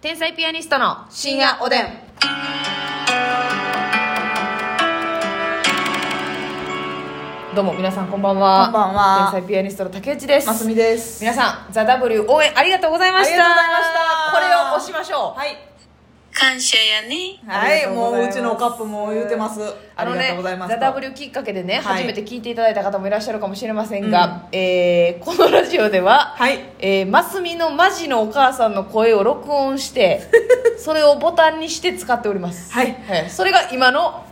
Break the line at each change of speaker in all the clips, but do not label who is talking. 天才ピアニストの
深夜おでん
どうも皆さんこんばんは
こんばんは
天才ピアニストの竹内です
ますみです
皆さん「ザ・ w 応援ありがとうございました
ありがとうございました
これを押しましょう
はい
感謝やね。
はい
ありがとうござ
も
います
ううちのカップも言うてますありがとうございます
あのね、ザ・ W きっかけでね、
い
初めて聞いていただいた方もいらっしゃるかもしれませんが、えーこのラジオでは、
はい
えー、ますみのマジのお母さんの声を録音して それをボタンにして使っております、
はい
はい、それが今の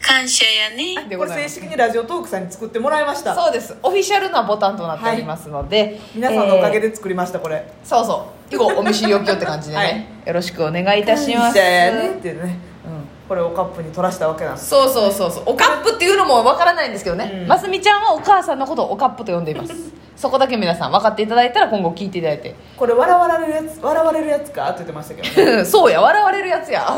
感謝やね。
でご
これ
ざいま
正
す
式にラジオトークさんに作ってもらいました
そうですオフィシャルなボタンとなっておりますので、
皆さんのおかげ
で、
で作りましたこれ
そうそう以後お見知りおきよって感じでね、
はい
よろしくお願いいたしま
感
す
謝やねっていうね
うん
これをカップに取らしたわけなんです
そうそうそうそうおカップっていうのもわからないんですけどね、
うん
ますみちゃんはお母さんのことをおカップと呼んでいますそこだけ皆さん分かっていただいたら今後聞いていただいて
これ笑われるやつ笑われるやつかって言ってましたけどね
そうや笑われるやつ や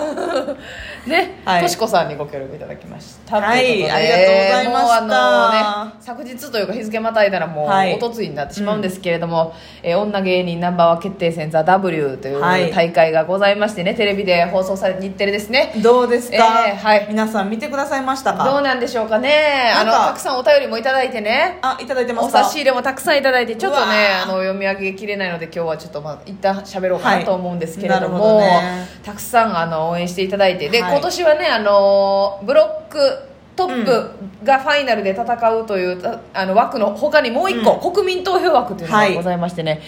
ね
はい
としこさんにご協力いただきました
はい
とうことで
ありがとうございました
もうあのね昨日というか日付またいだらもう、
はい
おとついになってしまうんですけれども、えー女芸人ナンバーワン決定戦「ザ・ w という
はい
大会がございましてね、テレビで放送され日テレですね
どうですか、
えーはい
皆さん見てくださいました
どう
か
なんでしょうかねあの
なんか
たくさんお便りもいただいてね
あいただいてま
お
した
差し入れもたくさんいただいてちょっと
うわ
ね
ー
あの読み上げきれないので今日はちょっとまあ一旦喋ろうか
は
ないと思うんですけれども,、
なるほどね
たくさんあの応援していただいてで、
はい
今年はねあのブロックトップがファイナルで戦うという、たあの枠の他にもう一個、国民投票枠というの
は
が
い
ございましてね、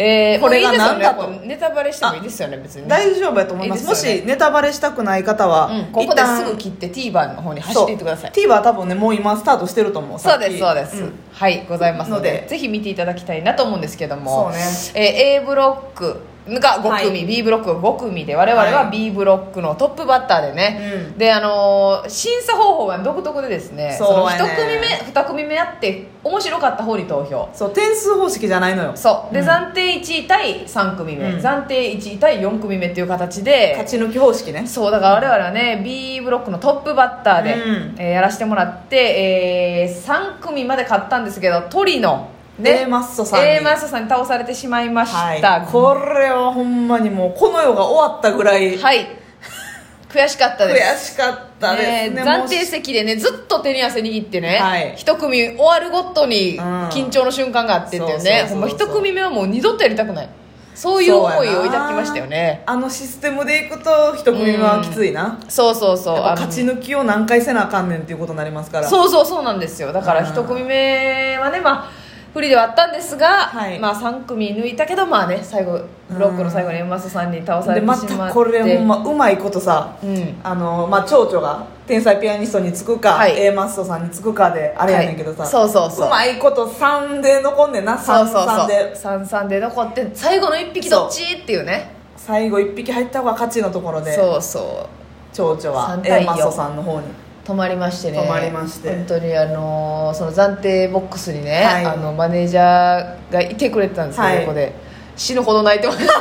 えー
これが何だ
もういいですよね
と
これネタバレしてもいいですよね別にね
大丈夫やと思います
いいですよね
もしネタバレしたくない方は、
うん、ここですぐ
一
切って TVer の方に
旦
走っていってください
そう TVer 多分ねもう今スタートしてると思う
そうですそうです、
ん
はいございますので
ので
ぜひ見ていただきたいなと思うんですけども
そ
えー A ブロックが5組、
はい
B ブロックが5組で我々
は
はい B ブロックのトップバッターでね、
うん
であのー審査方法が独特でですね
そうやね
の1組目2組目あって面白かった方に投票
そう点数方式じゃないのよ
そうで、
うん
暫定1位対3組目、
うん
暫定1位対4組目っていう形で
勝ち抜き方式ね
そうだから我々はね B ブロックのトップバッターで、
うん
えーやらせてもらって、え3組まで勝ったんですけどトリの、ね
A マッソさんに
A マッソさんに倒されてしまいました、
は
はいい
これはほんまにもうこの世が終わったぐらい悔
悔しかったです
しかったですね
ね
も
暫
う
定席でねずっと手に汗握ってね、
はい
一組終わるごとに
うん
緊張の瞬間があってっていうね
そうそうそうそう
ほんま一組目はもう二度とやりたくないそういう思いを抱きましたよね
あのシステムでいくと一組はきついな
そうそうそう
やっぱ
あの
勝ち抜きを何回せなあかんねんっていうことになりますから
そうそうそうなんですよだから
うん
一組目はねまあ不利ではあったんですが、
はい
まあ3組抜いたけどまあね最後ブロックの最後にエマソさんに倒されて
で
し
ま
まって
たこれほんまうまいことさ
うん
あのまあ蝶々が天才ピアニストにつくか、
はい
A マストさんにつくかであれやねんけどさ、
はいそうそうそう
まいこと3で残んねんな
そうそう
3
そう
で
三三で残って最後の一匹どっちっていうね
最後1匹入った方が勝ちのところで
そうそう
蝶々は
三対四
A マストさんの方に
止まりましてね
止まりまして
本当にあのーその暫定ボックスにね、
はい
あのマネージャーがいてくれてたんですけど、
はい
ここで死ぬほど泣いてま した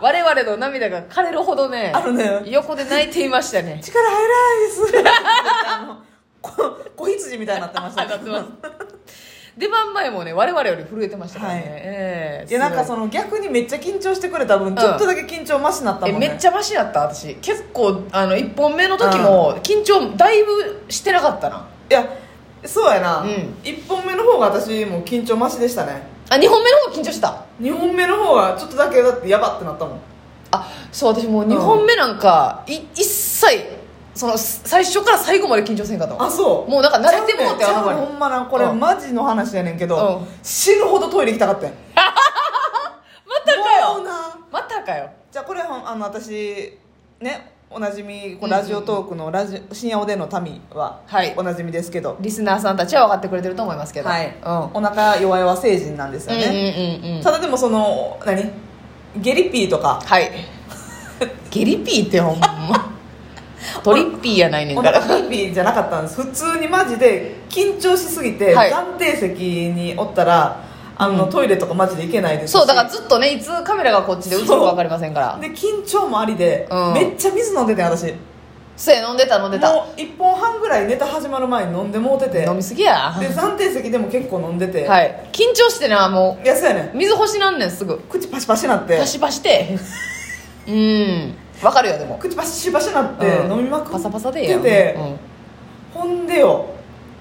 我々の涙が枯れるほどね
あるね
横で泣いていましたね
力入らないです あのこ子羊みたいになってました
上がってます出番前もね我々より震えてましたからね、
はい
ええ
いやなんかそ
の
の逆にめっちゃ緊張してくれた分ちょっとだけ緊張マシになった
え
もんね、
めっちゃマシだった私結構あの1本目の時も緊張だいぶしてなかったない
やそうやな、
うん
一1本目の方が私もう緊張マシでしたね
あ2本目の方が緊張した
2本目の方がちょっとだけだってやばってなったもん
あそう私もう2本目なんか、い一切そのす最初から最後まで緊張せんかった
あそう
もうなんか慣れてもうて
ちゃうねんちゃうねん
あの
ほんまなこれ
うん
マジの話やねんけ
う
ど
ん
死ぬほどトイレ行きたかったんま
たかよ
もうな
またかよ
じゃあこれほんあの私ねおなじみこ
うん
うラジオトークのラジオ深夜おでんの民は
はい
おなじみですけど
リスナーさんたちは分かってくれてると思いますけど
はい
うん
お腹弱々成人なんですよね
うんうんうんうん
ただでもその何ゲリピーとか
はいゲリピーってほんまトリッピーやないねん
お
から
腹ピーピーじゃなかったんです普通にマジで緊張しすぎて
はい
暫定席におったらあのトイレとかマジで行けないですし
そうだからずっとねいつカメラがこっちで映るか分かりませんから
で緊張もありで、
うん
めっちゃ水飲んでてん私
そうや飲んでた飲んでた
もう1本半ぐらいネタ始まる前に飲んでもうてて
飲みすぎやは
で暫定席でも結構飲んでて、
い緊張してなも
いやそうやね
う水欲しなんねんすぐ
ん口パシパシなって
パシパシてうんわかるよでも
口バシバシなって
うん
飲みまく
パサパサ
っ
でええや
て
ん
て
うん
ほんでよ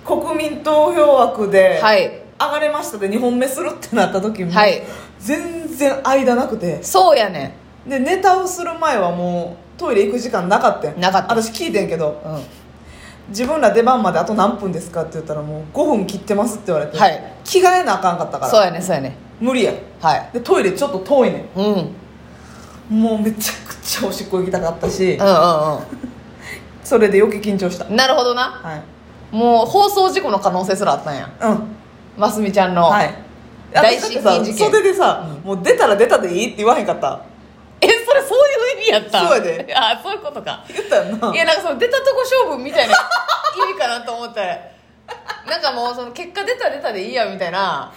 国民投票枠で
はい
上がれましたで2本目するってなった時も
はい
全然間なくて
そうやね
でネタをする前はもうトイレ行く時間なかったん
なかった
私聞いてんけど
んうん
自分ら出番まであと何分ですかって言ったらもう5分切ってますって言われて、
はい
着替えなあかんかったか
そう
ら
やねそうやね
無理や
はい
でトイレちょっと遠いね
うんうんうんうん
んもうめちゃくちゃおしっこ行きたかったしそれで余計緊張した
うんなるほどな
はい
もう放送事故の可能性すらあったんや
うん
ますみちゃんの、
はい
大失禁事件
私だってさ袖でさ、もう出たら出たでいいって言わへんかった
えそれそういう意味やった
そうや で
あそういうことか
言ったよない
やなんかその出たとこ勝負みたいな意味かなと思ったらなんかもうその結果出た出たでいいやみたいな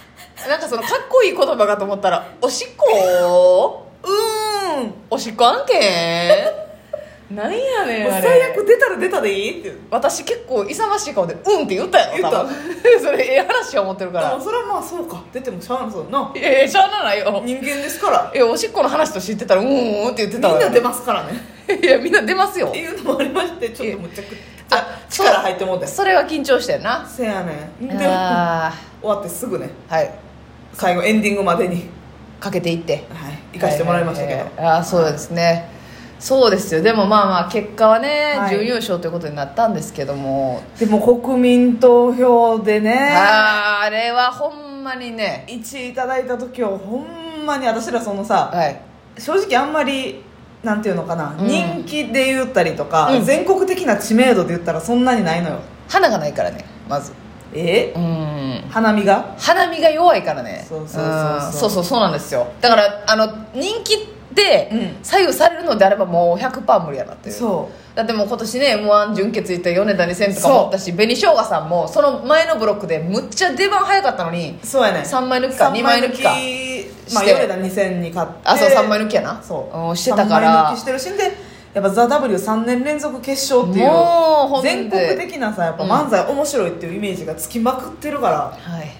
なんかそのかっこいい言葉かと思ったら「おしっこ
うーんもう
おしっこ案件?」なんやねんあれ
最悪出たら出たでいいって
私結構勇ましい顔で「うん」って言ったやろ
言った
多分 それええ話は思ってるか
で
ら
もそれはまあそうか出てもしゃあないそうない
やいやしゃあなないよ
人間ですから
いやおしっこの話と知ってたら「うんうん」って言って
みん
たわ
な出ますからね
いやみんな出ますよ
っていうのもありましてちょっとむちゃくちゃ
あそう
力入ってもうて
それは緊張したよな
せやねんで終わ
あ
ってすぐね
ーはい
最後エンディングまでに、
かけていって
はい、行かしてもらいましたけど、
はいはいはいあーそうですねそうですよでもまあまあ結果はね、
はい
準優勝ということになったんですけども、
でも国民投票でね
あーあれはほんまにね
1位いただいた時はほんまに私らそのさ
はい
正直あんまりなんていうのかな、
うん
人気で言ったりとか、
うん
全国的な知名度で言ったらそんなにないのよ
花がないからねまず
え
うん
花見が
花見が弱いからね
そうそうそうそうん
そうそうそうなんですよだからあの人気で
うん
左右されるのであればもう100%無理やなっていう
そ
だってもう今年ね m 1準決行った米田2000とかもあったし紅しょうがさんもその前のブロックでむっちゃ出番早かったのに
うそうやね
3枚抜きか2枚抜きか
きまあ
して
米田2000に勝って
あそう3枚抜きやな
そ
ん
う
してたから
三枚抜きしてるしんでやっぱ「ザ・ w 3年連続決勝っていう
もうほんで
全国的なさやっぱ漫才面白いっていうイメージがつきまくってるから、
はい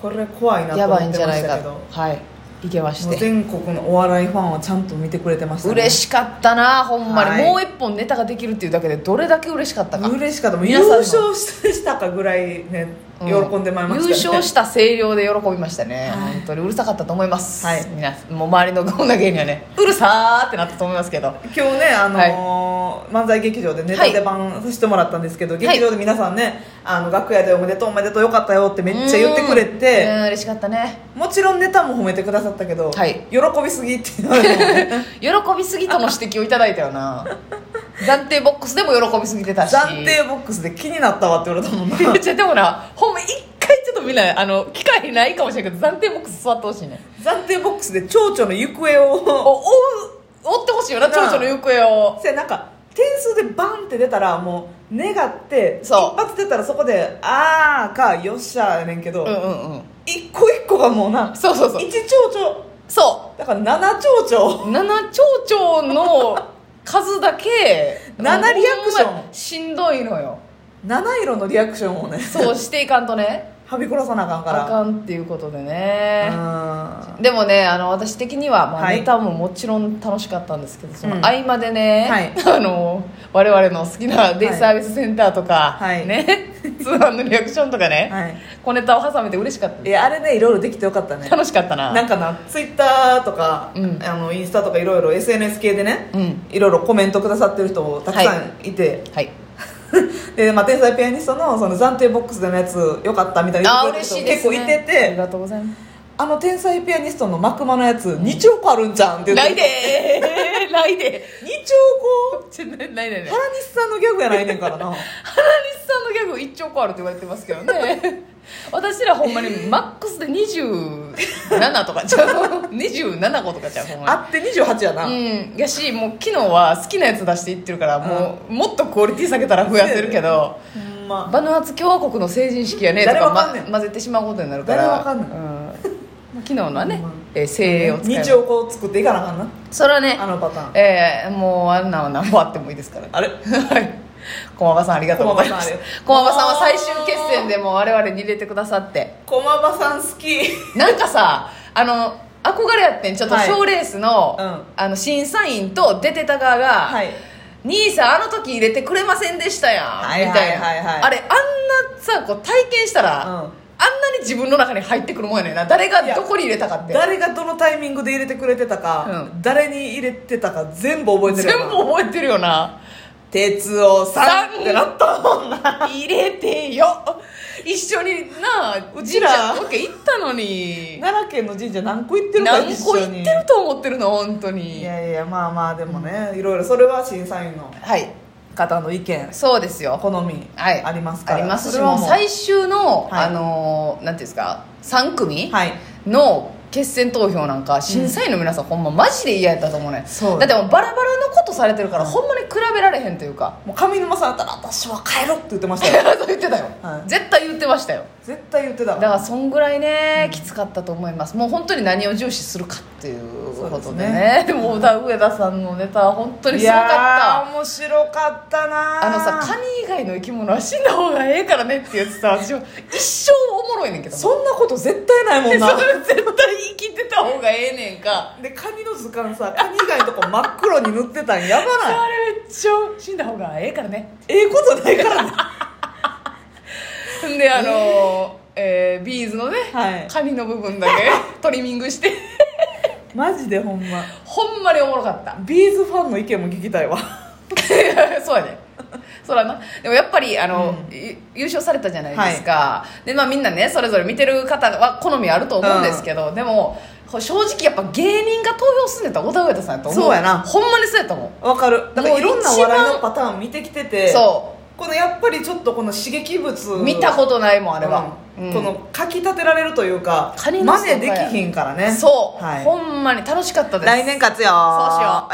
これ怖いなと
や
思っ
ばいんじ
て
ゃ
ま
な
し
い
た
か
けど
とはいいけまし
もう
て
全国のお笑いファンはちゃんと見てくれてましたね
嬉しかったなほんまに、
はい
もう一本ネタができるっていうだけでどれだけ嬉しかったか
嬉しかったもう優
皆さんの
勝したかぐらいね、
う
喜んでまいりました、ね、
優勝した声量で喜びましたね、
はい
本当にうるさかったと思います、
はい
皆さんもう周りの女芸人はねうるさーってなったと思いますけど
今日ね、あのー漫才劇場でネタ出番させてもらったんですけど、劇場で皆さんねあの楽屋で「おめでとうおめでとうよかったよ」ってめっちゃ言ってくれて、
うんうん嬉しかったね
もちろんネタも褒めてくださったけど、
はい
喜びすぎっていうのは ね
喜びすぎとの指摘をいただいたよな 暫定ボックスでも喜びすぎてたし
暫定ボックスで気になったわって言われたもん な
いやでもなほんま一回ちょっとみんなあの機会ないかもしれないけど暫定ボックス座ってほしいね
暫定ボックスで蝶々の行方
お
を
追う追ってほしいよな
な
蝶々の行方を
せなんか点数でバンって出たらもう願って
そう
一発出たらそこで「あー」か「よっしゃ」やねんけど、
うんうんうん
一個一個がもうな
そうそうそう
一蝶々
そ
だから七蝶々
う七蝶々の数だけ
七リアクション
ほんましんどいのよ
七色のリアクションをね
そうしていかんとね
はびこらさ なあかんか
あ
ら
かんっていうことでね
うん
でもねあの私的には、まあ
はい
ネタももちろん楽しかったんですけどその
うん
合間でね、
は
あの我々の好きなデイサービスセンターとか、
はい
ね ツアーのリアクションとかね、
はい
小ネタを挟めて嬉しかった
い
です
やあれねいろいろできてよかったね
楽しかったな
なんかなツイッターとか、
うん
あのインスタとかいろいろ SNS 系でね、
うん
いろいろコメントくださってる人たくさんいて、
はい
で、まあ、天才ピアニストのその暫定ボックスでのやつよかったみたいな
あ
言
ー
ってくれる
嬉
人
しいです、ね、
結構いて
あり
て
がとうございます
あの天才ピアニストの幕間のやつ2兆個あるんじゃんって言
な
っ
い
て
でーない で
2兆個
ーちょないないないない
原西さんのギャグやないねんからな
原西さんのギャグ一兆個あるって言われてますけど ね私らほんまにマックスで27とかちゃ う27個とかちゃうほんまに
あって28やな、
うん、やしもう昨日は好きなやつ出していってるからもう、もっとクオリティ下げたら増やせるけど
ほんま
バヌアツ共和国の成人式やねと
誰
か
わかんねん
ま混ぜてしまうことになるから
誰わかんねん
うん、昨日のはね、
ほんま
えー精鋭を使えば
2兆個作っていかなあかんな
それはね
あのパターン
えーもうあんなんは何本あってもいいですから
あれ
はい駒場さんありがとうございます
駒場さんありがとう
駒場さんは最終決戦でもう我々に入れてくださって
駒場さん好き
なんかさあの憧れやってんちょっと
はい
賞レースの,、
うん
あの審査員と出てた側が、
はい
兄さんあの時入れてくれませんでしたやん、
はいはい
みたいな、
はいはい
あれあんなさこう体験したら、
うん
あんなに自分の中に入ってくるもんやねんな誰がどこに入れたかって
誰がどのタイミングで入れてくれてたか、
う
誰に入れてたか全部覚えてるよ
全
な
部覚えてるよな
哲夫さんってなったも んな
入れてよ一緒になあ
うちら
ロケ行ったのに
奈良県の神社何個行ってるか
何個行ってると思ってるの本当
い
に
やいやまあまあでもねいろいろそれは審査員の
はい
方の意見
そうですよ
好み
はい、
ありますから、
ありますし
それは
もう
もう
最終の、
はい
あのーなんていうんですか3組
はい
の決選投票なんか審査員の皆さん、ほんまマジで嫌やったと思うね
そう
だってもうバラバラのことされてるから、ほんまに比べられへんというか
もう上沼さんだったら私は帰ろうって言って ましたよ
そう言ってたよ、
はい
絶対言ってましたよ
絶対言ってた
だからそんぐらいね、きつかったと思いますもう本当に何を重視するかっていうことでねでもだ上田さんのネタは本当に
い
すごかっ
や
た
ー面白かったな
あのさカニ以外の生き物は死んだ方がええからねってやつさ私は一生おもろいねんけど
そんなこと絶対ないもんな
それ絶対生きてた方がええねんか
でカニの図鑑さカニ以外のとこ真っ黒に塗ってたんやば
あ
ない
れめっちゃ死んだ方がええからね
ええことないからね
んであのえービーズのね、
はい
カニの部分だけトリミングして
マジでほんま
ほんまにおもろかった
ビーズファンの意見も聞きたい わ
そうやねそらなでもやっぱりあの、ゆ優勝されたじゃないですか、でまあみんなねそれぞれ見てる方は好みあると思うんですけど、でも正直やっぱ芸人が投票すんねんやったら小田上田さんやと思う
そうやな
ほんまにそうやと思う
わかるだから
もう
いろんな
一番
笑いのパターン見てきてて
そう
このやっぱりちょっとこの刺激物
見たことないもんあれは、
うん
うん
このかき立てられるというか
カニの
真
姿
似できひんからね
そう、
はい、
ほんまに楽しかったです
来年勝つよ
そうしよう